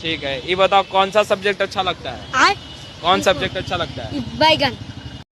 ठीक है ये बताओ कौन सा सब्जेक्ट अच्छा लगता है आय कौन सब्जेक्ट अच्छा लगता है बैगन